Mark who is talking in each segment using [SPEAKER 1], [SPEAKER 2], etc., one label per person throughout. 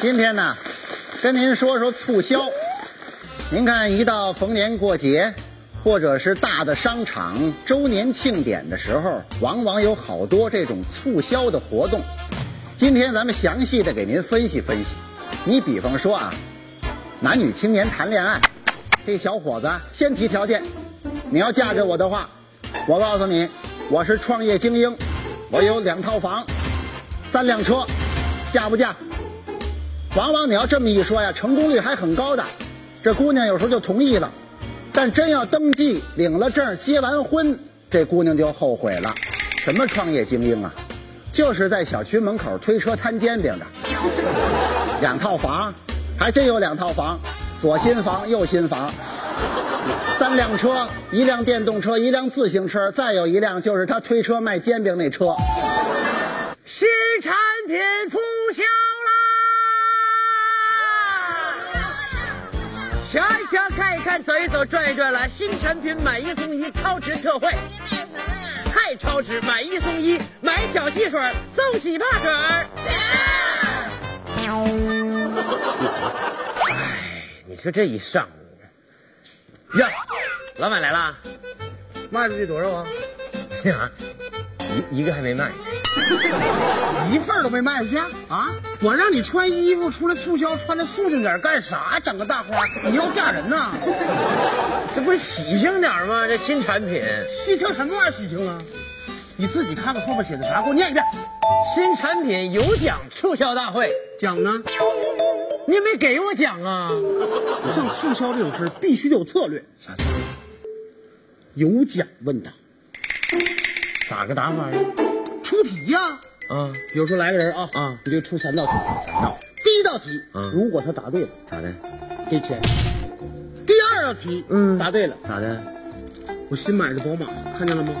[SPEAKER 1] 今天呢，跟您说说促销。您看，一到逢年过节，或者是大的商场周年庆典的时候，往往有好多这种促销的活动。今天咱们详细的给您分析分析。你比方说啊，男女青年谈恋爱，这小伙子啊先提条件，你要嫁给我的话，我告诉你，我是创业精英，我有两套房，三辆车，嫁不嫁？往往你要这么一说呀，成功率还很高的，这姑娘有时候就同意了，但真要登记、领了证、结完婚，这姑娘就后悔了。什么创业精英啊，就是在小区门口推车摊煎饼的。两套房，还真有两套房，左新房右新房，三辆车，一辆电动车，一辆自行车，再有一辆就是他推车卖煎饼那车。
[SPEAKER 2] 新产品促销啦！想一想，看一看，走一走，转一转啦！新产品买一送一，超值特惠，
[SPEAKER 3] 卖什么啊？
[SPEAKER 2] 太超值！买一送一，买脚汽水送洗发水 儿。哎你说这一上午，呀，老板来了，
[SPEAKER 4] 卖出去多少啊？
[SPEAKER 2] 这啊，一一个还没卖。
[SPEAKER 4] 一份儿都没卖出去啊！我让你穿衣服出来促销，穿的素净点儿干啥？整个大花，你要嫁人呐？
[SPEAKER 2] 这不是喜庆点儿吗？这新产品，
[SPEAKER 4] 喜庆什么玩意儿？喜庆啊！你自己看看后面写的啥，给我念一遍。
[SPEAKER 2] 新产品有奖促销大会，
[SPEAKER 4] 讲呢，
[SPEAKER 2] 你没给我奖啊？
[SPEAKER 4] 像促销这种事儿必须有策略。啥策略？有奖问答，
[SPEAKER 2] 咋个打法呀？
[SPEAKER 4] 出题呀、
[SPEAKER 2] 啊，
[SPEAKER 4] 比如说来个人啊
[SPEAKER 2] 啊
[SPEAKER 4] 你就出三道题。三道。第一道题，
[SPEAKER 2] 嗯
[SPEAKER 4] 如果他答对了，
[SPEAKER 2] 咋的？
[SPEAKER 4] 给钱。第二道题，
[SPEAKER 2] 嗯
[SPEAKER 4] 答对了，
[SPEAKER 2] 咋的？
[SPEAKER 4] 我新买的宝马，看见了吗？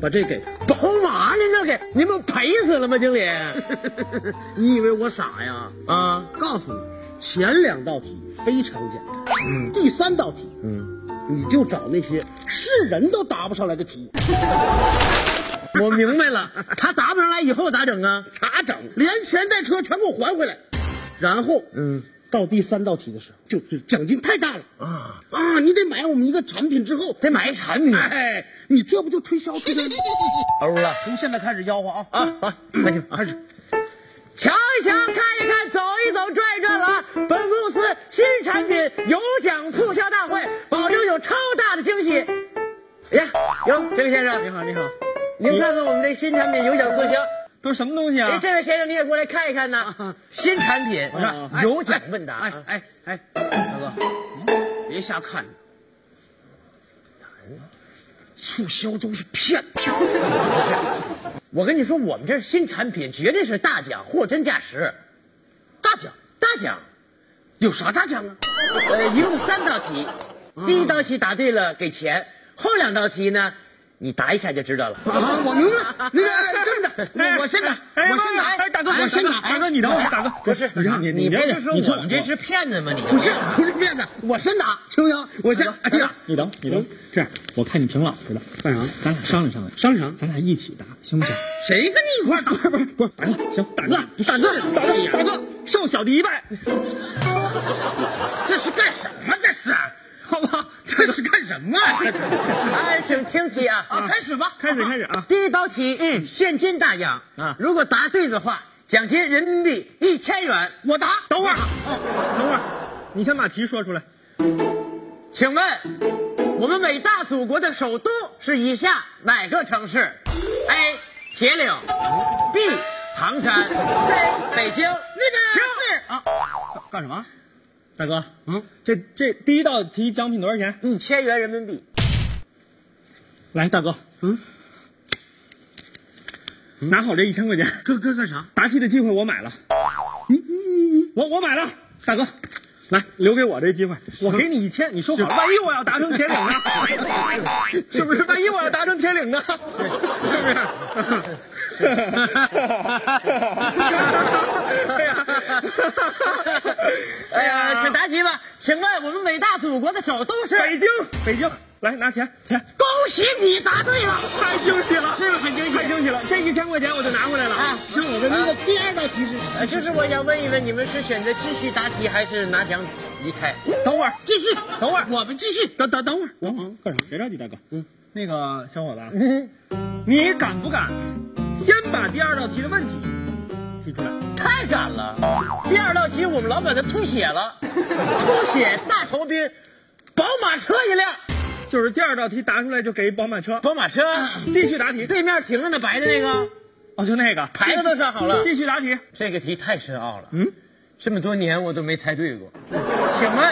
[SPEAKER 4] 把这给他。
[SPEAKER 2] 宝马您都给，您不赔死了吗？经 理
[SPEAKER 4] 你以为我傻呀？
[SPEAKER 2] 啊，
[SPEAKER 4] 告诉你，前两道题非常简单，第三道题，嗯，你就找那些是人都答不上来的题，
[SPEAKER 2] 我明白了，他答不上来以后咋整啊？咋整？
[SPEAKER 4] 连钱带车全给我还回来。然后，嗯，到第三道题的时候，就是奖金太大了啊啊！你得买我们一个产品之后，
[SPEAKER 2] 得买一产品，
[SPEAKER 4] 哎，你这不就推销推销？
[SPEAKER 2] 欧了
[SPEAKER 4] 从现在开始吆喝啊！
[SPEAKER 2] 啊啊！那就
[SPEAKER 4] 开始，
[SPEAKER 2] 瞧一瞧，看一看，走一走，转一转了啊！本公司新产品有奖促销大会，保证有超大的惊喜。哎呀，哟，这位先生，你好，你好，您看看我们这新产品有奖促销。
[SPEAKER 5] 都什么东西
[SPEAKER 2] 哎，
[SPEAKER 5] 啊？
[SPEAKER 2] 这位先生，你也过来看一看呐
[SPEAKER 4] 啊，
[SPEAKER 2] 新产品
[SPEAKER 4] 我说哎
[SPEAKER 2] 有奖问答
[SPEAKER 4] 哎
[SPEAKER 2] 啊。
[SPEAKER 4] 哎哎，大哥，嗯别瞎看着，促销都是骗子。
[SPEAKER 2] 我跟你说，我们这新产品绝对是大奖，货真价实，
[SPEAKER 4] 大奖
[SPEAKER 2] 大奖。
[SPEAKER 4] 有啥大奖啊？
[SPEAKER 2] 呃，一共三道题，第一道题答对了给钱，后两道题呢，你答一下就知道了。
[SPEAKER 4] 啊，我明白了，那个哎这么着，我我先打，
[SPEAKER 5] 哎
[SPEAKER 4] 我先打，
[SPEAKER 5] 哎大哥
[SPEAKER 4] 我先打，
[SPEAKER 5] 大哥你等会儿大哥
[SPEAKER 2] 不是
[SPEAKER 5] 你你
[SPEAKER 2] 你
[SPEAKER 5] 你
[SPEAKER 2] 不
[SPEAKER 5] 别
[SPEAKER 2] 是说
[SPEAKER 5] 你听
[SPEAKER 2] 我
[SPEAKER 5] 我
[SPEAKER 2] 们这是骗子吗？你啊
[SPEAKER 4] 不是不是骗子，我先打，行不行？我先，哎呀，
[SPEAKER 5] 你等你
[SPEAKER 2] 嗯
[SPEAKER 5] 等，这样我看你挺老实的，
[SPEAKER 4] 干啥
[SPEAKER 5] 咱俩商量商量，
[SPEAKER 4] 商量
[SPEAKER 5] 咱俩一起答，行不行？
[SPEAKER 4] 谁跟你一块儿打？不是不是，
[SPEAKER 5] 大哥，行，大哥，大哥，大哥，大哥，受小弟一拜，
[SPEAKER 4] 这是干什么？这是，
[SPEAKER 5] 好不好？
[SPEAKER 4] 这是干什么？ 这是
[SPEAKER 2] 哎，请听题啊，
[SPEAKER 4] 啊，开始吧，
[SPEAKER 5] 开始开始啊！
[SPEAKER 2] 第一道题，嗯，现金大奖
[SPEAKER 5] 啊
[SPEAKER 2] 如果答对的话，奖金人民币一千元。啊
[SPEAKER 4] 我答，
[SPEAKER 5] 等会儿，等会儿，你先把题说出来。
[SPEAKER 2] 请问，我们伟大祖国的首都是以下哪个城市？A. 铁岭，B. 唐山，C. 北京。
[SPEAKER 4] 那个是啊，干什么？
[SPEAKER 5] 大哥，
[SPEAKER 4] 嗯，
[SPEAKER 5] 这这第一道题奖品多少钱？
[SPEAKER 2] 一千元人民币。
[SPEAKER 5] 来，大哥，
[SPEAKER 4] 嗯，
[SPEAKER 2] 嗯
[SPEAKER 5] 拿好这一千块钱，
[SPEAKER 4] 哥哥干啥？
[SPEAKER 5] 答题的机会我买了，
[SPEAKER 4] 你你你你，
[SPEAKER 5] 我我买了，大哥。来，留给我这机会，我给你一千，你说好，万一我要达成铁岭 呢？是不是？万一我要达成铁岭呢？是不是？哎呀，
[SPEAKER 2] 哎呀，请答题吧。请问我们伟大祖国的首都是？
[SPEAKER 5] 北京，北京，来拿钱，钱，
[SPEAKER 2] 恭喜你答对了，
[SPEAKER 5] 太惊喜了，
[SPEAKER 2] 是不是很惊喜？
[SPEAKER 5] 太惊生气了，这一千块钱我就拿回来了。
[SPEAKER 4] 啊，像我的那个第二道题是，
[SPEAKER 2] 呃，就是我想问一问，你们是选择继续答题，还是拿奖离开？
[SPEAKER 5] 等会儿，
[SPEAKER 4] 继续，
[SPEAKER 5] 等会儿
[SPEAKER 4] 我们继续。
[SPEAKER 5] 等等等会儿，
[SPEAKER 4] 王王干啥？
[SPEAKER 5] 别着急，大哥。嗯，那个小伙
[SPEAKER 2] 嗯
[SPEAKER 5] 子，啊你敢不敢先把第二道题的问题提出来？
[SPEAKER 2] 太敢了！第二道题我们老板他吐血 了，吐血大酬宾，宝马车一辆，
[SPEAKER 5] 就是第二道题答出来就给宝马车。
[SPEAKER 2] 宝马车
[SPEAKER 5] 继续答题，
[SPEAKER 2] 对面停着呢，白的那个
[SPEAKER 5] 哦，就那个
[SPEAKER 2] 牌子都上好了。
[SPEAKER 5] 继续答题，
[SPEAKER 2] 这个题太深奥了，
[SPEAKER 5] 嗯，
[SPEAKER 2] 这么多年我都没猜对过。请问，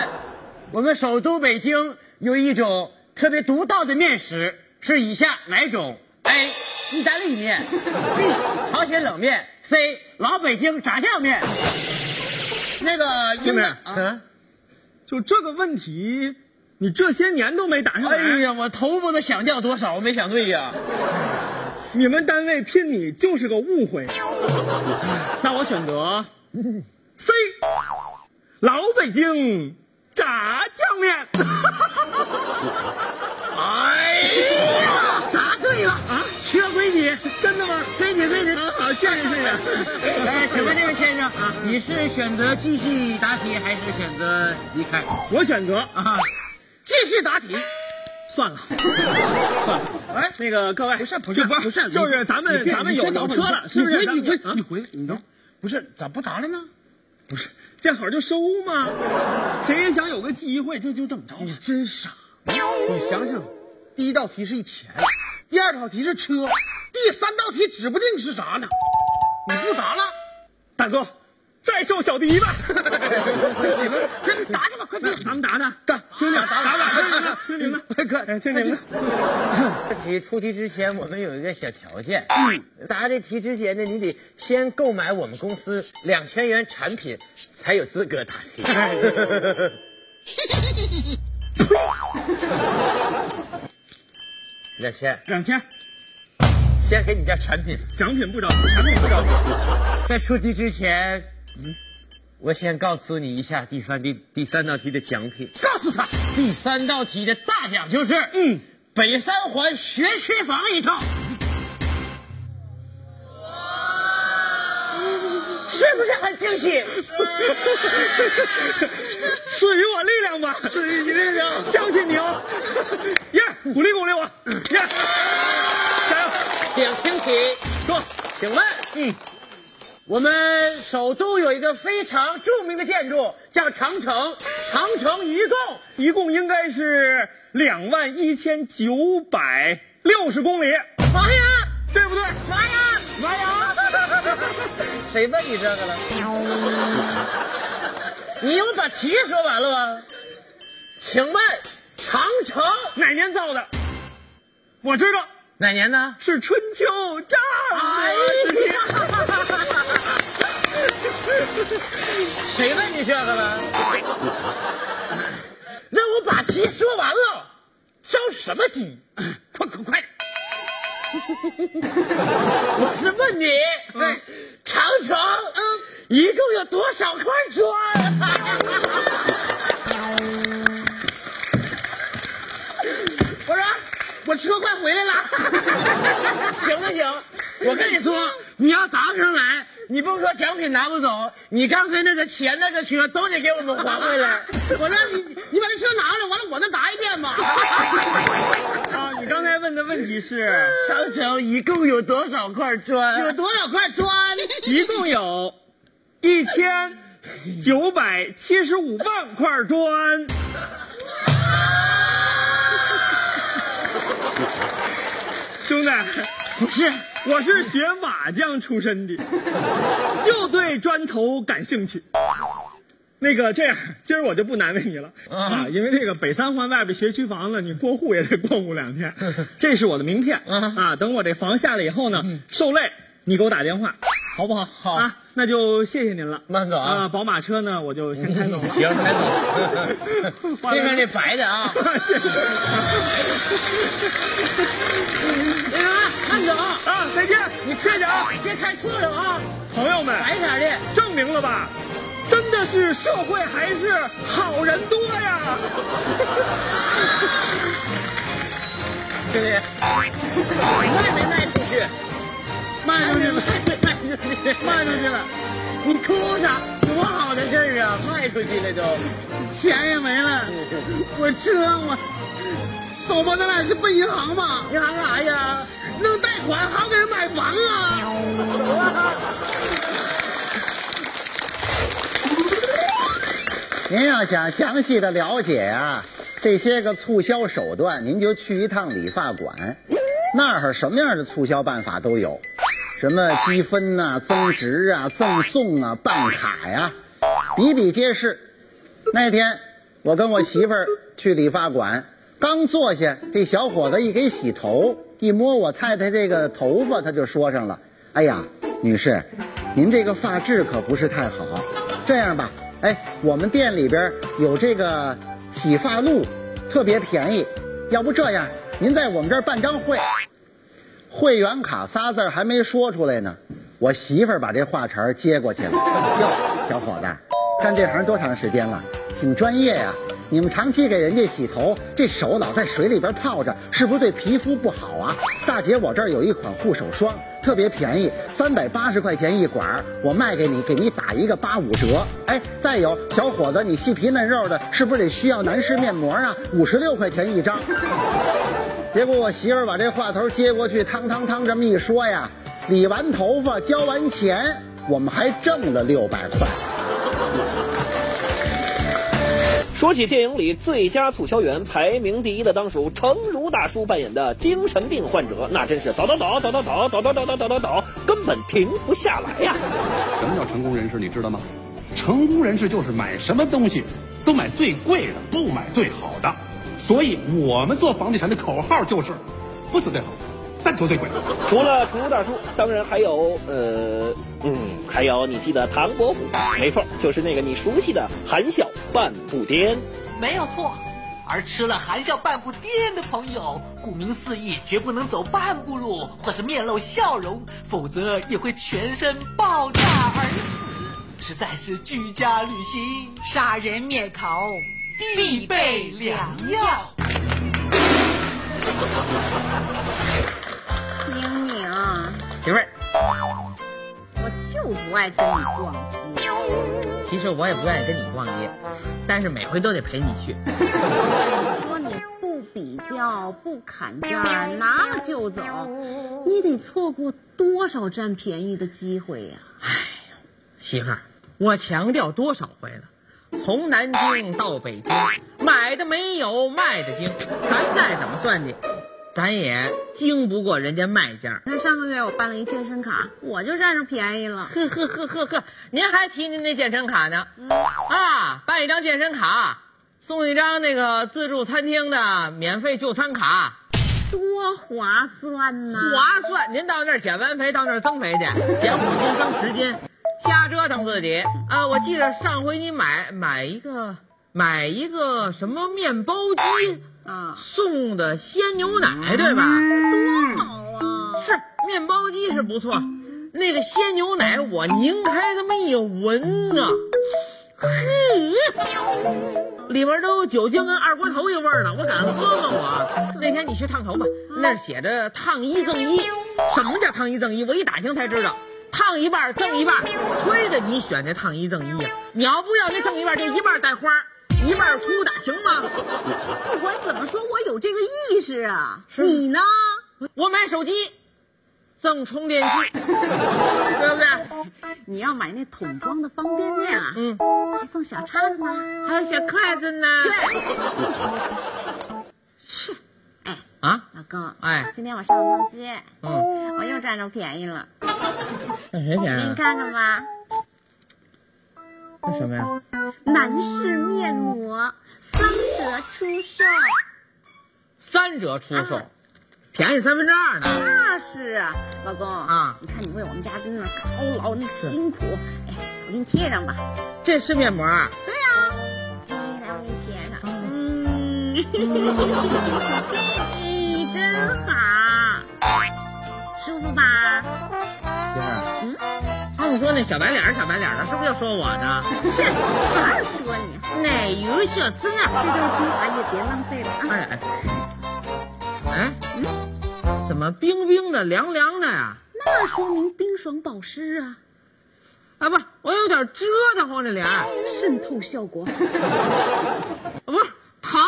[SPEAKER 2] 我们首都北京有一种特别独到的面食是以下哪种？A. 意大利面，B. 朝鲜冷面，C. 老北京炸酱面。
[SPEAKER 4] 那个英
[SPEAKER 5] 妹
[SPEAKER 4] 妹
[SPEAKER 5] 儿
[SPEAKER 4] 啊，
[SPEAKER 2] 嗯，
[SPEAKER 5] 就这个问题，你这些年都没答上来。
[SPEAKER 2] 哎呀，我头发都想掉多少，我没想对呀。
[SPEAKER 5] 你们单位聘你就是个误 会。那我选择嗯 C，老北京炸 酱面。哎，
[SPEAKER 2] 答对了啊！
[SPEAKER 5] 缺闺女，真的吗？闺女，闺女，啊好，谢谢，谢谢。
[SPEAKER 2] 哎，请问这位先生啊，你是选择继续答题，还是选择离开？
[SPEAKER 5] 我选择
[SPEAKER 2] 啊，
[SPEAKER 4] 继续答题。
[SPEAKER 5] 算了，算了。
[SPEAKER 4] 哎，
[SPEAKER 5] 那个各位，
[SPEAKER 4] 不是不是
[SPEAKER 5] 就
[SPEAKER 4] 不是，
[SPEAKER 5] 就是咱
[SPEAKER 4] 你
[SPEAKER 5] 们
[SPEAKER 4] 别
[SPEAKER 5] 咱们
[SPEAKER 4] 你
[SPEAKER 5] 有
[SPEAKER 4] 先等
[SPEAKER 5] 有
[SPEAKER 4] 会儿
[SPEAKER 5] 车了，是不是？
[SPEAKER 4] 你回
[SPEAKER 5] 咱
[SPEAKER 4] 你
[SPEAKER 5] 们啊
[SPEAKER 4] 回你回，你等会儿不是咋不答了呢？
[SPEAKER 5] 不是见好就收嘛， 谁也想有个记忆会，这就这么着。嗯
[SPEAKER 4] 你真傻！你想想，第一道题是一钱，第二道题是车，第三道题指不定是啥呢？你不答了，
[SPEAKER 5] 大哥，再受小弟一 拜。
[SPEAKER 4] 起来吧，先答去吧，快点！
[SPEAKER 5] 咱们答答，
[SPEAKER 4] 干啊
[SPEAKER 5] 听听，答答，听您的，听您的，哎，听您的。
[SPEAKER 2] 这题出题之前，我们有一个小条件，
[SPEAKER 5] 嗯
[SPEAKER 2] 答这题之前呢，你得先购买我们公司两千元产品，才有资格答题。
[SPEAKER 5] 哎
[SPEAKER 2] 两千，
[SPEAKER 5] 两千，
[SPEAKER 2] 先给你件产品。
[SPEAKER 5] 奖品不着，奖品不着。
[SPEAKER 2] 在出题之前，嗯我先告诉你一下第三第第三道题的奖品。
[SPEAKER 4] 告诉他，
[SPEAKER 2] 第三道题的大奖就是，嗯，北三环学区房一套。是不是很惊喜？
[SPEAKER 5] 赐予我力量吧，赐予你力量，相信你哦。耶，鼓励鼓励我，耶，加油，
[SPEAKER 2] 请听题，
[SPEAKER 5] 说，
[SPEAKER 2] 请问，
[SPEAKER 5] 嗯，
[SPEAKER 2] 我们首都有一个非常著名的建筑叫长城，长城一共
[SPEAKER 5] 一共应该是两万一千九百六十公里，
[SPEAKER 2] 妈呀，
[SPEAKER 5] 对不对？
[SPEAKER 2] 妈呀，妈呀！谁问你这个了？你又把题说完了吗？请问，长城
[SPEAKER 5] 哪年造的？我知道，
[SPEAKER 2] 哪年呢？哎
[SPEAKER 5] 是春秋战国时期。
[SPEAKER 2] 谁问你这个了？让我把题说完了，着什么急？快快快！我是问你，嗯长城，嗯一共有多少块砖？
[SPEAKER 4] 我说我车快回来了，
[SPEAKER 2] 行不行？我跟你说，你要答不上来，你甭说奖品拿不走，你刚才那个钱、那个车都得给我们还回来。
[SPEAKER 4] 我让你你把这车拿上来，完了我再答一遍吧。
[SPEAKER 5] 啊，你刚才问的问题是，
[SPEAKER 2] 长城一共有多少块砖？
[SPEAKER 4] 有多少块砖？
[SPEAKER 5] 一共有一千九百七十五万块砖。兄弟，
[SPEAKER 2] 不是，
[SPEAKER 5] 我是学瓦匠出身的， 就对砖头感兴趣。那个这样，今儿我就不难为你了啊，因为这个北三环外边学区房子，你过户也得过户两 天。这是我的名片啊，等我这房下来以后呢，受累你给我打电话，好不好？
[SPEAKER 2] 嗯好
[SPEAKER 5] 啊，那就谢谢您了，
[SPEAKER 2] 慢走啊嗯
[SPEAKER 5] 啊。宝马车呢，我就先开走了。
[SPEAKER 2] 行，开走。
[SPEAKER 5] 完
[SPEAKER 2] 这
[SPEAKER 5] 了
[SPEAKER 2] 边这白的啊，
[SPEAKER 5] 谢谢
[SPEAKER 4] 那啥，哎慢走，
[SPEAKER 5] 啊，再见，谢谢啊，
[SPEAKER 4] 别开错了啊！
[SPEAKER 5] 朋友们。
[SPEAKER 2] 哎
[SPEAKER 4] 白色的，
[SPEAKER 5] 证明了吧？真的是社会还是好人多呀！
[SPEAKER 2] 对不对？
[SPEAKER 4] 卖没卖出去？
[SPEAKER 2] 卖出去了，你哭啥？多好的事儿啊，卖出去了都。
[SPEAKER 4] 钱也没了，我这我，走吧，咱俩去奔银行吧，
[SPEAKER 2] 你干啥呀？
[SPEAKER 4] 弄贷款好给人买房啊！
[SPEAKER 1] 您要想详细的了解啊这些个促销手段，您就去一趟理发馆，那儿什么样的促销办法都有，什么积分呐、增值啊、赠送啊、办卡呀、比比皆是。那天我跟我媳妇儿去理发馆，刚坐下，这小伙子一给洗头，一摸我太太这个头发，他就说上了：“哎呀，女士，您这个发质可不是太好。这样吧，哎，我们店里边有这个洗发露，特别便宜。要不这样，您在我们这儿办张会，会员卡仨字儿还没说出来呢，我媳妇儿把这话茬儿接过去了。哟，小伙子，干这行多长时间了？挺专业呀、你们长期给人家洗头，这手老在水里边泡着，是不是对皮肤不好啊？大姐，我这儿有一款护手霜，特别便宜，三百八十块钱一管儿，我卖给你，给你打一个八五折。哎，再有，小伙子，你细皮嫩肉的，是不是得需要男士面膜啊？五十六块钱一张。结果我媳妇儿把这话头接过去，汤汤汤这么一说呀，理完头发交完钱，我们还挣了六百块。
[SPEAKER 3] 说起电影里最佳促销员，排名第一的当属成儒大叔扮演的精神病患者，那真是倒倒倒倒倒倒倒倒倒倒倒倒倒，根本停不下来呀、
[SPEAKER 6] 什么叫成功人士，你知道吗？成功人士就是买什么东西都买最贵的，不买最好的。所以我们做房地产的口号就是：不求最好，但求最贵。
[SPEAKER 3] 除了成儒大叔，当然还有呃嗯，还有你记得唐伯虎，没错，就是那个你熟悉的含笑半步癫。
[SPEAKER 7] 没有错。而吃了含笑半步癫的朋友，顾名思义，绝不能走半步路或是面露笑容，否则也会全身爆炸而死，实在是居家旅行
[SPEAKER 8] 杀人灭口，
[SPEAKER 7] 必备良药。
[SPEAKER 8] 听你啊，
[SPEAKER 2] 媳妇儿，
[SPEAKER 8] 我就不爱跟你逛街。
[SPEAKER 2] 其实我也不愿意跟你逛街，但是每回都得陪你去。
[SPEAKER 8] 你说你不比较，不砍价，拿了就走，你得错过多少占便宜的机会啊呀、
[SPEAKER 2] 媳妇儿，我强调多少回了，从南京到北京，买的没有卖的精，咱再怎么算计，咱也经不过人家卖价。
[SPEAKER 8] 你看上个月我办了一健身卡，我就占着便宜了。
[SPEAKER 2] 呵呵呵呵呵，您还提您那健身卡呢？啊，办一张健身卡，送一张那个自助餐厅的免费就餐卡，
[SPEAKER 8] 多划算呐、
[SPEAKER 2] 划算！您到那儿减完肥，到那儿增肥 去，减五斤增十斤，瞎折腾自己啊！我记着上回你买买一个买一个什么面包机
[SPEAKER 8] 啊，嗯
[SPEAKER 2] 送的鲜牛奶，对吧？嗯
[SPEAKER 8] 多好啊！
[SPEAKER 2] 是面包机是不错，那个鲜牛奶我拧开这么一闻呢，哎嗯里边都有酒精跟二锅头一味儿呢，我敢喝吗我？那天你去烫头发，那儿写着烫一赠一，什么叫烫一赠一？我一打听才知道。烫一半儿赠一半儿，推着你选这烫一赠一呀、你要不要那赠一半儿就一半儿带花儿，一半儿秃的，行吗？
[SPEAKER 8] 不管怎么说，我有这个意识啊。你呢？
[SPEAKER 2] 我买手机，赠充电器，对不对？
[SPEAKER 8] 你要买那桶装的方便面啊，
[SPEAKER 2] 嗯，
[SPEAKER 8] 还送小叉子呢。
[SPEAKER 2] 还有小筷子呢。
[SPEAKER 8] 对，
[SPEAKER 2] 啊，
[SPEAKER 8] 老公，
[SPEAKER 2] 哎
[SPEAKER 8] 今天我上了趟街，
[SPEAKER 2] 嗯，
[SPEAKER 8] 我又占着便宜了，
[SPEAKER 2] 那谁
[SPEAKER 8] 给你
[SPEAKER 2] 点？
[SPEAKER 8] 看看吧，
[SPEAKER 2] 那什么呀？
[SPEAKER 8] 男士面膜三折出售，
[SPEAKER 2] 三折出售，便宜三分之二呢。
[SPEAKER 8] 那是啊，老公
[SPEAKER 2] 啊
[SPEAKER 8] 你看你为我们家真的操劳那辛苦，哎，我给你贴上吧。
[SPEAKER 2] 这是面膜啊，
[SPEAKER 8] 对呀、哎，来我给你贴上，嗯，哎，真好，舒服吧？
[SPEAKER 2] 媳妇儿。他们说那小白脸儿，小白脸儿的，是不是又说我呢？
[SPEAKER 8] 切，哪说你？
[SPEAKER 2] 奶油小丝
[SPEAKER 8] 这
[SPEAKER 2] 啊！
[SPEAKER 8] 都是精华液，别浪费了啊！
[SPEAKER 2] 哎哎，哎，怎么冰冰的、凉凉的呀？
[SPEAKER 8] 那说明冰爽保湿啊，
[SPEAKER 2] 啊，不，我有点折腾慌这脸，啊，
[SPEAKER 8] 渗透效果
[SPEAKER 2] 不是疼，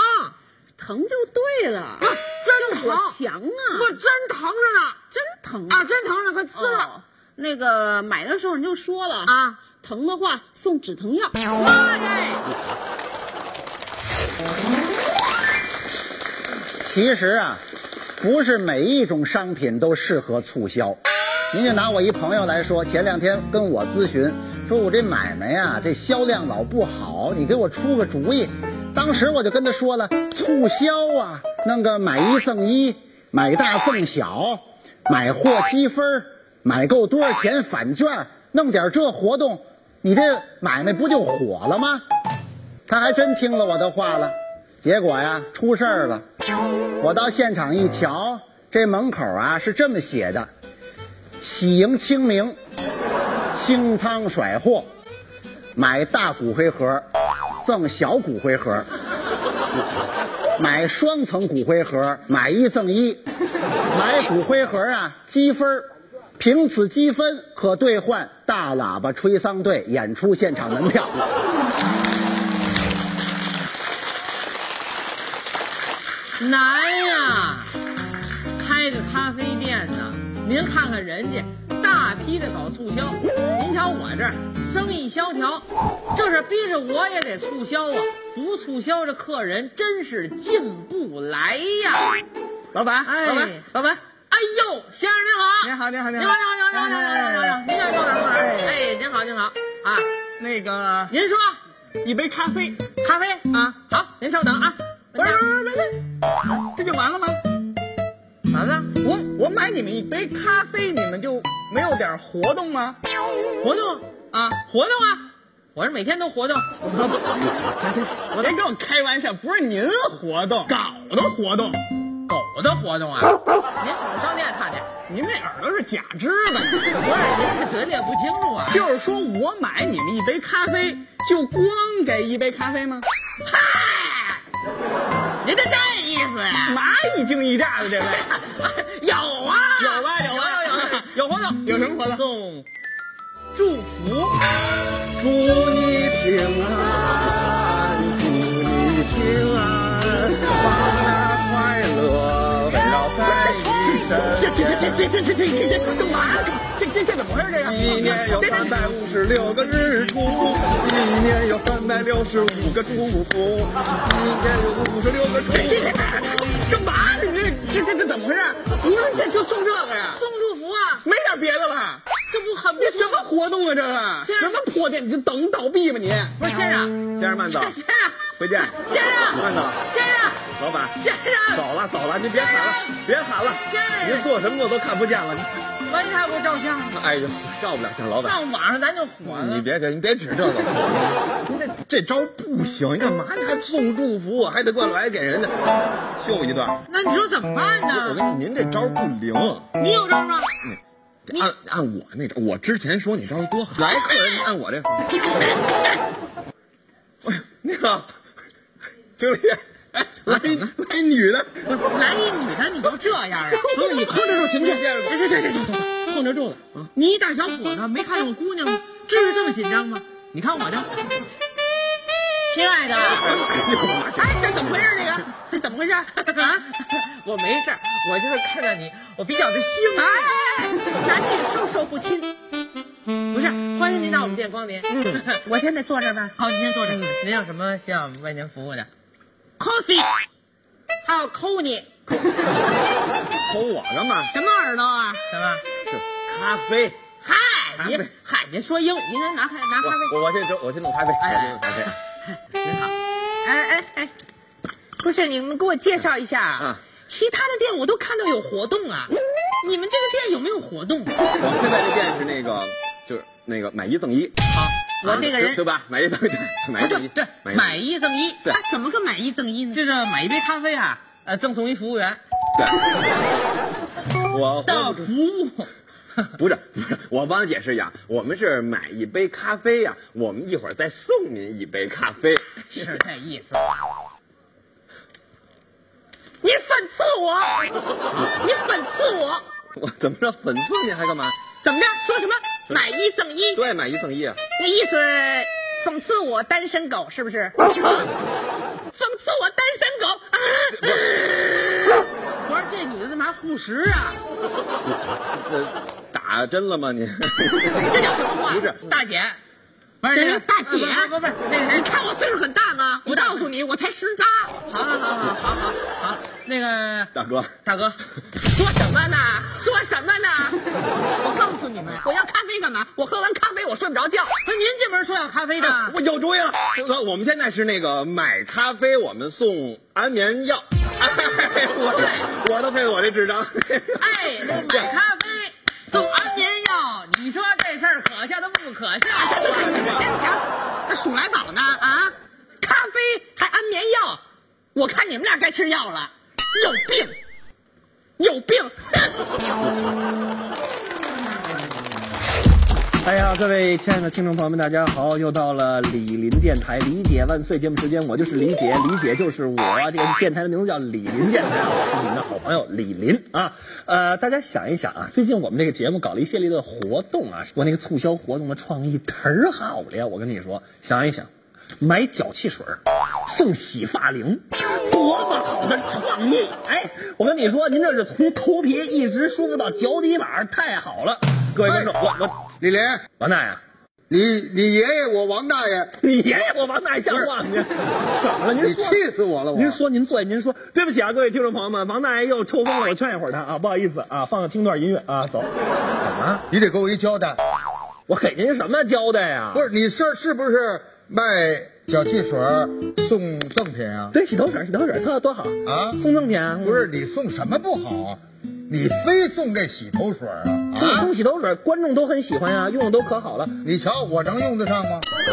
[SPEAKER 8] 疼就对了，
[SPEAKER 2] 不是真
[SPEAKER 8] 效果
[SPEAKER 2] 疼，
[SPEAKER 8] 强啊，
[SPEAKER 2] 不是真疼着呢，
[SPEAKER 8] 真疼
[SPEAKER 2] 啊，真疼着，快撕了。
[SPEAKER 8] 哦那个买的时候你就说了
[SPEAKER 2] 啊，哎
[SPEAKER 8] 疼的话送止疼药。
[SPEAKER 2] 妈耶！
[SPEAKER 1] 其实啊，不是每一种商品都适合促销。您就拿我一朋友来说，前两天跟我咨询，说我这买卖呀、这销量老不好，你给我出个主意。当时我就跟他说了，促销啊，弄个买一赠一，买大赠小，买货积分儿，买够多少钱返券儿，弄点这活动，你这买卖不就火了吗？他还真听了我的话了，结果呀出事儿了。我到现场一瞧，这门口啊是这么写的：喜迎清明，清仓甩货，买大骨灰盒，赠小骨灰盒，买双层骨灰盒，买一赠一，买骨灰盒啊积分儿凭此积分可兑换大喇叭吹丧队演出现场门票。
[SPEAKER 2] 难呀！开个咖啡店呢，您看看人家大批的搞促销，您瞧我这儿生意萧条，这是逼着我也得促销啊！不促销，这客人真是进不来呀！
[SPEAKER 1] 老板，
[SPEAKER 2] 哎
[SPEAKER 1] 老板，老板，
[SPEAKER 2] 哎呦，先生您好，
[SPEAKER 1] 您好您好您
[SPEAKER 2] 您
[SPEAKER 1] 好
[SPEAKER 2] 好，您好，您好，您好，您好，您好，您好，您好，哎，您好，您好啊，
[SPEAKER 5] 那个
[SPEAKER 2] 您说
[SPEAKER 5] 一杯咖啡，
[SPEAKER 2] 咖啡啊，好，您稍等啊，
[SPEAKER 5] 不是不是不是，这就完了吗？
[SPEAKER 2] 完了，
[SPEAKER 5] 我我买你们一杯咖啡，你们就没有点活动吗？
[SPEAKER 2] 活动啊，活动啊，我是每天都活动。
[SPEAKER 5] 我别跟我开玩笑，不是您活动，狗的活动，
[SPEAKER 2] 狗的活动啊？您瞅着商店看见，
[SPEAKER 5] 您那耳朵是假肢
[SPEAKER 2] 不
[SPEAKER 5] 吧？
[SPEAKER 2] 是您这嘴里也不清楚啊？
[SPEAKER 5] 就是说我买你们一杯咖啡，就光给一杯咖啡吗？
[SPEAKER 2] 您就这意思呀、
[SPEAKER 5] 哪一惊一乍的这位，
[SPEAKER 2] 有啊，
[SPEAKER 5] 有吧有吧
[SPEAKER 2] 有有有有活动，
[SPEAKER 5] 有什么活动？
[SPEAKER 2] 祝福。
[SPEAKER 1] 祝你平安，祝你平安，发达快乐，围绕在你身边。
[SPEAKER 5] 这这这怎么回事？这个
[SPEAKER 1] 一年有三百五十六个日出，一年有三百六十五个祝福，一年有五十六个祝福。
[SPEAKER 5] 干嘛呢？你这这这这怎么回事？你说这就送这个呀？
[SPEAKER 2] 送祝福啊，
[SPEAKER 5] 没点别的吧？
[SPEAKER 2] 这不很不
[SPEAKER 5] 这什么活动啊？这
[SPEAKER 2] 这
[SPEAKER 5] 个什么破店？你就等倒闭吧你！
[SPEAKER 2] 不是先生，
[SPEAKER 5] 先生慢走，
[SPEAKER 2] 先生，
[SPEAKER 5] 回见。
[SPEAKER 2] 先生，
[SPEAKER 5] 慢走，
[SPEAKER 2] 先生，
[SPEAKER 5] 老板。
[SPEAKER 2] 先生，
[SPEAKER 5] 走了走了，您别喊了，别喊了，
[SPEAKER 2] 先生
[SPEAKER 5] 您做什么我都看不见了。
[SPEAKER 2] 万一他给我照相呢？
[SPEAKER 5] 哎呦，照不了相，老板。
[SPEAKER 2] 那网上咱就火
[SPEAKER 5] 你
[SPEAKER 2] 了。
[SPEAKER 5] 别给，你别指这个， 这这招不行，你干嘛？你还送祝福，我还得过来给人家秀一段。
[SPEAKER 2] 那你说怎么办
[SPEAKER 5] 我
[SPEAKER 2] 呢？
[SPEAKER 5] 跟你，您这招不灵。
[SPEAKER 2] 嗯
[SPEAKER 5] 啊嗯
[SPEAKER 2] 你有招吗？
[SPEAKER 5] 按按我那招，我之前说你招多好，来客人按我这方法。哎，那个 经理，哎，来一来一女的，
[SPEAKER 2] 不是，来一女的你就这样啊？不是你控制住行不行？对对对对对，控制住了。啊你一大小伙子没看见我姑娘吗？至于这么紧张吗？你看我的，亲爱的，哎，这怎么回事？这个 这怎么回事啊？ 我没事儿，我就是看到你，我比较的兴奋。哎，男女授受不亲。不是，欢迎您到我们店光临。嗯，我现在坐这儿吧。 好，您先坐这儿。您有什么需要为您服务的？Coffee，他要抠你。
[SPEAKER 5] 瞅我干嘛？
[SPEAKER 2] 什么耳朵啊？什么？
[SPEAKER 5] 咖啡。
[SPEAKER 2] 嗨，
[SPEAKER 5] 咖
[SPEAKER 2] 您
[SPEAKER 5] 啡
[SPEAKER 2] 嗨，您说英语，您拿开拿咖啡。
[SPEAKER 5] 啊我我先我先弄咖啡，
[SPEAKER 2] 哎
[SPEAKER 5] 我先弄 咖啡。
[SPEAKER 2] 您好。哎哎哎，不是，你们给我介绍一下啊
[SPEAKER 5] 啊。
[SPEAKER 2] 其他的店我都看到有活动啊，你们这个店有没有活动？啊
[SPEAKER 5] 我们现在这店是那个，就是那个买一赠一。
[SPEAKER 2] 我啊这个人
[SPEAKER 5] 对吧？买一赠一，买一 赠一，
[SPEAKER 2] 对对，
[SPEAKER 5] 买一
[SPEAKER 2] 买
[SPEAKER 5] 赠一
[SPEAKER 2] 一赠一，
[SPEAKER 5] 对
[SPEAKER 2] 啊怎么个买一赠一呢？就是买一杯咖啡啊，呃，赠送一服务员
[SPEAKER 5] 对。我
[SPEAKER 2] 到
[SPEAKER 5] 活
[SPEAKER 2] 服
[SPEAKER 5] 不
[SPEAKER 2] 务。
[SPEAKER 5] 不是不是，我帮他解释一下，我们是买一杯咖啡呀、我们一会儿再送您一杯咖啡。
[SPEAKER 2] 是这意思。你粉刺我，你粉刺我，
[SPEAKER 5] 我怎么着粉刺你还干嘛？
[SPEAKER 2] 怎么着？说什么？买一赠一，
[SPEAKER 9] 对，买一赠一啊。
[SPEAKER 2] 那意思讽刺我单身狗是不是？讽刺我单身狗啊！
[SPEAKER 5] 不是这女的他妈护食啊！
[SPEAKER 9] 这打针了吗你？
[SPEAKER 2] 这叫什么话？
[SPEAKER 9] 不是，
[SPEAKER 2] 大姐，
[SPEAKER 5] 不是
[SPEAKER 2] 这呃是大姐
[SPEAKER 5] 啊不是不是不是，那
[SPEAKER 2] 你看我岁数很大吗？我告诉你，我才十八。
[SPEAKER 5] 好好好好好好好，那个
[SPEAKER 9] 大哥，
[SPEAKER 5] 大哥，
[SPEAKER 2] 说什么呢？说什么呢？我告诉你们，我要咖啡干嘛？我喝完咖啡我睡不着觉。
[SPEAKER 5] 那您这边说要咖啡的，
[SPEAKER 9] 我有主意了。哥，我们现在是那个买咖啡，我们送安眠药。 哎、我我都佩服我这智商。
[SPEAKER 5] 哎，买咖啡送安眠药，你说这事儿可笑的不可笑？
[SPEAKER 2] 那鼠来宝呢？啊，咖啡还安眠药，我看你们俩该吃药了，有病，有病。
[SPEAKER 3] 哎呀，各位亲爱的听众朋友们，大家好！又到了李林电台“理解万岁”节目时间，我就是李解，理解就是我。这个电台的名字叫李林电台，我是你们的好朋友李林啊。呃，大家想一想啊，最近我们这个节目搞了一系列的活动啊，我那个促销活动的创意忒儿好了呀！我跟你说，想一想，买脚气水儿送洗发灵，多么好的创意！哎，我跟你说，您这是从头皮一直舒服到脚底板儿，太好了！各位观众，我我
[SPEAKER 6] 李林，
[SPEAKER 3] 王大爷。啊
[SPEAKER 6] 你你爷爷我王大爷，
[SPEAKER 3] 你爷爷我王大爷像话 吗？您怎么了？您
[SPEAKER 6] 你
[SPEAKER 3] 说
[SPEAKER 6] 气死
[SPEAKER 1] 哦
[SPEAKER 6] 我了！我
[SPEAKER 3] 您说您坐下，您说对不起啊，各位听众朋友们，王大爷又抽风了，我劝一会儿他啊，不好意思啊，放个听段音乐啊，走。怎么了？
[SPEAKER 6] 你得给我一交代，
[SPEAKER 3] 啊我给您什么交代呀、
[SPEAKER 6] 不是你是是不是卖脚气水儿送赠品啊？
[SPEAKER 3] 对，洗头水，洗头水，特多好
[SPEAKER 6] 啊
[SPEAKER 3] 送赠品啊，
[SPEAKER 6] 不是你送什么不好，你非送这洗头水儿啊
[SPEAKER 3] 对。
[SPEAKER 6] 啊！
[SPEAKER 3] 送洗头水，观众都很喜欢呀、啊用的都可好了。
[SPEAKER 6] 你瞧我能用得上吗？
[SPEAKER 3] 啊，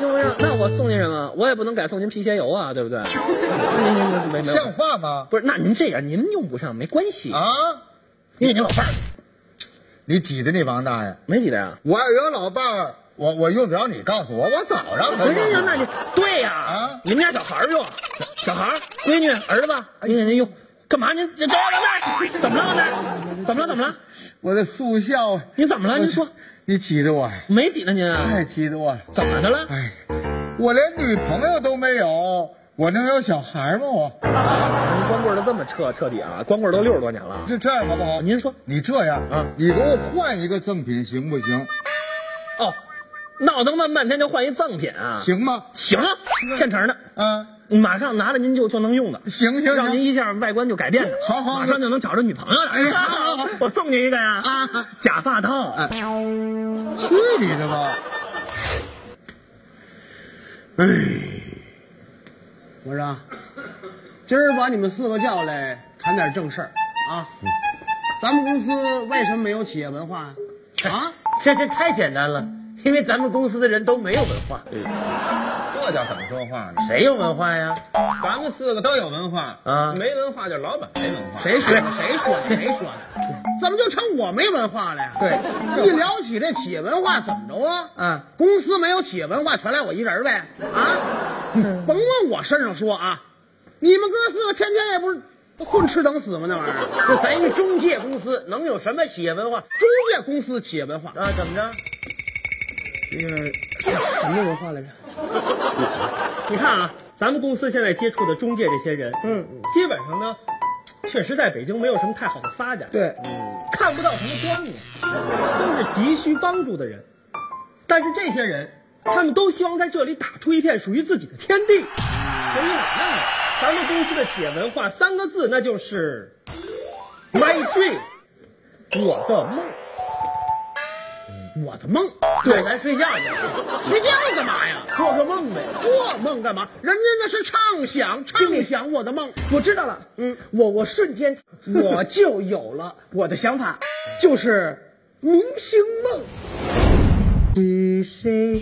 [SPEAKER 3] 用不上，那我送您什么？我也不能改送您皮鞋油啊，对不对？您您您没没有
[SPEAKER 6] 像话吗？
[SPEAKER 3] 不是，那您这样您用不上没关系，
[SPEAKER 6] 啊！
[SPEAKER 3] 因为您老伴儿
[SPEAKER 6] 你挤着你王大爷，
[SPEAKER 3] 没几的呀。
[SPEAKER 6] 我要有老伴儿，我我用得着你告诉我，我早让他
[SPEAKER 3] 行
[SPEAKER 6] 用
[SPEAKER 3] 行行，那
[SPEAKER 6] 了。
[SPEAKER 3] 就对呀、
[SPEAKER 6] 啊
[SPEAKER 3] 你们家小孩儿用，小孩儿闺女儿子，
[SPEAKER 1] 哎
[SPEAKER 3] 您给您用，干嘛您这这王大爷怎么了王大爷？怎么了怎么了？
[SPEAKER 6] 我的速效，
[SPEAKER 3] 您怎么了？您说
[SPEAKER 6] 你挤着我，
[SPEAKER 3] 没挤呢您啊？
[SPEAKER 6] 太挤着我了。
[SPEAKER 3] 怎么的了？
[SPEAKER 6] 哎，我连女朋友都没有，我能有小孩吗？我
[SPEAKER 3] 您光棍儿都这么彻彻底啊？光棍儿都六十多年了。
[SPEAKER 6] 就这样好不好？
[SPEAKER 3] 您说
[SPEAKER 6] 你这样
[SPEAKER 3] 啊
[SPEAKER 6] 你给我换一个赠品行不行？
[SPEAKER 3] 哦，闹腾半半天就换一赠品啊？
[SPEAKER 6] 行吗？
[SPEAKER 3] 行，现成的，
[SPEAKER 6] 啊，
[SPEAKER 3] 马上拿着您就就能用的。
[SPEAKER 6] 行行
[SPEAKER 3] 让您
[SPEAKER 6] 行，
[SPEAKER 3] 一下外观就改变了，
[SPEAKER 6] 好好
[SPEAKER 3] 马上就能找着女朋友了。
[SPEAKER 6] 哎好好好
[SPEAKER 3] 我送您一个呀，
[SPEAKER 6] 啊啊
[SPEAKER 3] 假发套。
[SPEAKER 6] 去你的吧！
[SPEAKER 1] 哎我说啊，今儿把你们四个叫来谈点正事儿啊。
[SPEAKER 3] 嗯
[SPEAKER 1] 咱们公司为什么没有企业文化啊？啊，
[SPEAKER 10] 这这太简单了，因为咱们公司的人都没有文化，
[SPEAKER 9] 这叫怎么说话呢？
[SPEAKER 10] 谁有文化呀？
[SPEAKER 9] 咱们四个都有文化
[SPEAKER 10] 啊
[SPEAKER 9] 没文化就是老板没文化。
[SPEAKER 1] 谁说的？谁说的？谁说的？ 怎么就成我没文化了呀？对，一聊起这企业文化，怎么着啊？
[SPEAKER 10] 啊，
[SPEAKER 1] 公司没有企业文化，全赖我一人呗？啊，甭往我身上说啊！你们哥四个天天也不是混吃等死吗？那玩意儿，
[SPEAKER 10] 就咱一中介公司能有什么企业文化
[SPEAKER 1] 中介公司企业文化，
[SPEAKER 10] 啊？怎么着？
[SPEAKER 1] 那个什么文化来着？
[SPEAKER 5] 你看啊，咱们公司现在接触的中介这些人，嗯，基本上呢，确实在北京没有什么太好的发展，对，看不到什么光明，都是急需帮助的人。但是这些人，他们都希望在这里打出一片属于自己的天地。所以我认为，咱们公司的企业文化三个字，那就是 My Dream，我的梦。
[SPEAKER 1] 我的梦，
[SPEAKER 5] 对，咱睡觉去。
[SPEAKER 1] 睡觉干嘛呀？
[SPEAKER 5] 做个梦呗。
[SPEAKER 1] 做梦干嘛？人家那是畅想，畅想我的梦。
[SPEAKER 5] 我知道了，嗯，我我瞬间我就有了 我的想法，就是明星梦。是谁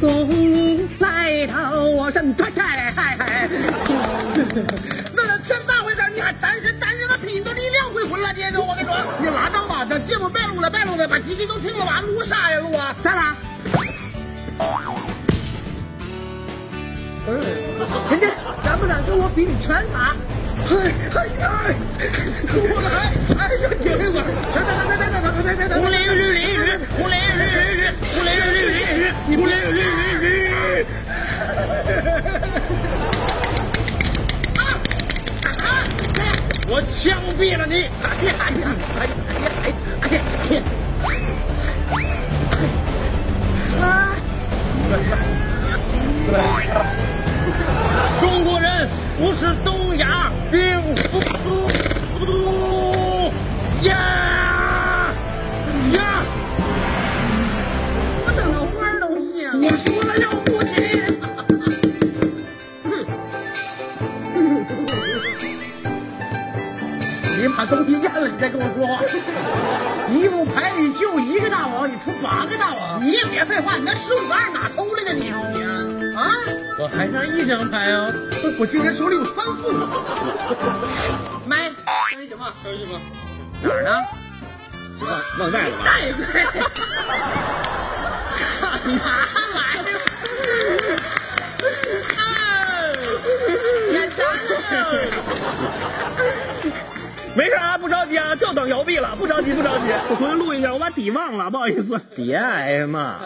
[SPEAKER 5] 送你来到我身边？嗨嗨嗨！
[SPEAKER 1] 那那千万回事儿，你还单身？单身的比你都力量鬼魂了，你这我跟你说，你拉倒吧，这节目别录了，别录了，把机器都停了吧，录啥呀录啊？
[SPEAKER 5] 咱俩。晨晨，敢不敢跟我比比拳法？
[SPEAKER 1] 嗨嗨嗨，我的还哎，先停一会儿，行，等等等等等等等等等，
[SPEAKER 5] 红鲤鱼绿鲤鱼，
[SPEAKER 1] 我你！哎呀哎呀哎呀哎呀哎呀哎呀！中国人不是东亚病夫呀呀！我的脑瓜都谢了，我说了要不急。你把东西咽了，你再跟我说 话。一副牌里就一个大王，你出八个大王，你也别废话，你那十五个二哪偷来的？你你啊！我还差一张牌啊！我竟然手里有三副。麦，收一什么？收一什么？哪儿呢？
[SPEAKER 11] 忘忘带了吧？
[SPEAKER 1] 带呗。干嘛来了？干啥呢？
[SPEAKER 12] 没事啊，不着急啊，就等摇币了，不着急不着急。我重新录一下，我
[SPEAKER 1] 啊
[SPEAKER 12] 把底忘了，不好意思。
[SPEAKER 13] 别挨骂。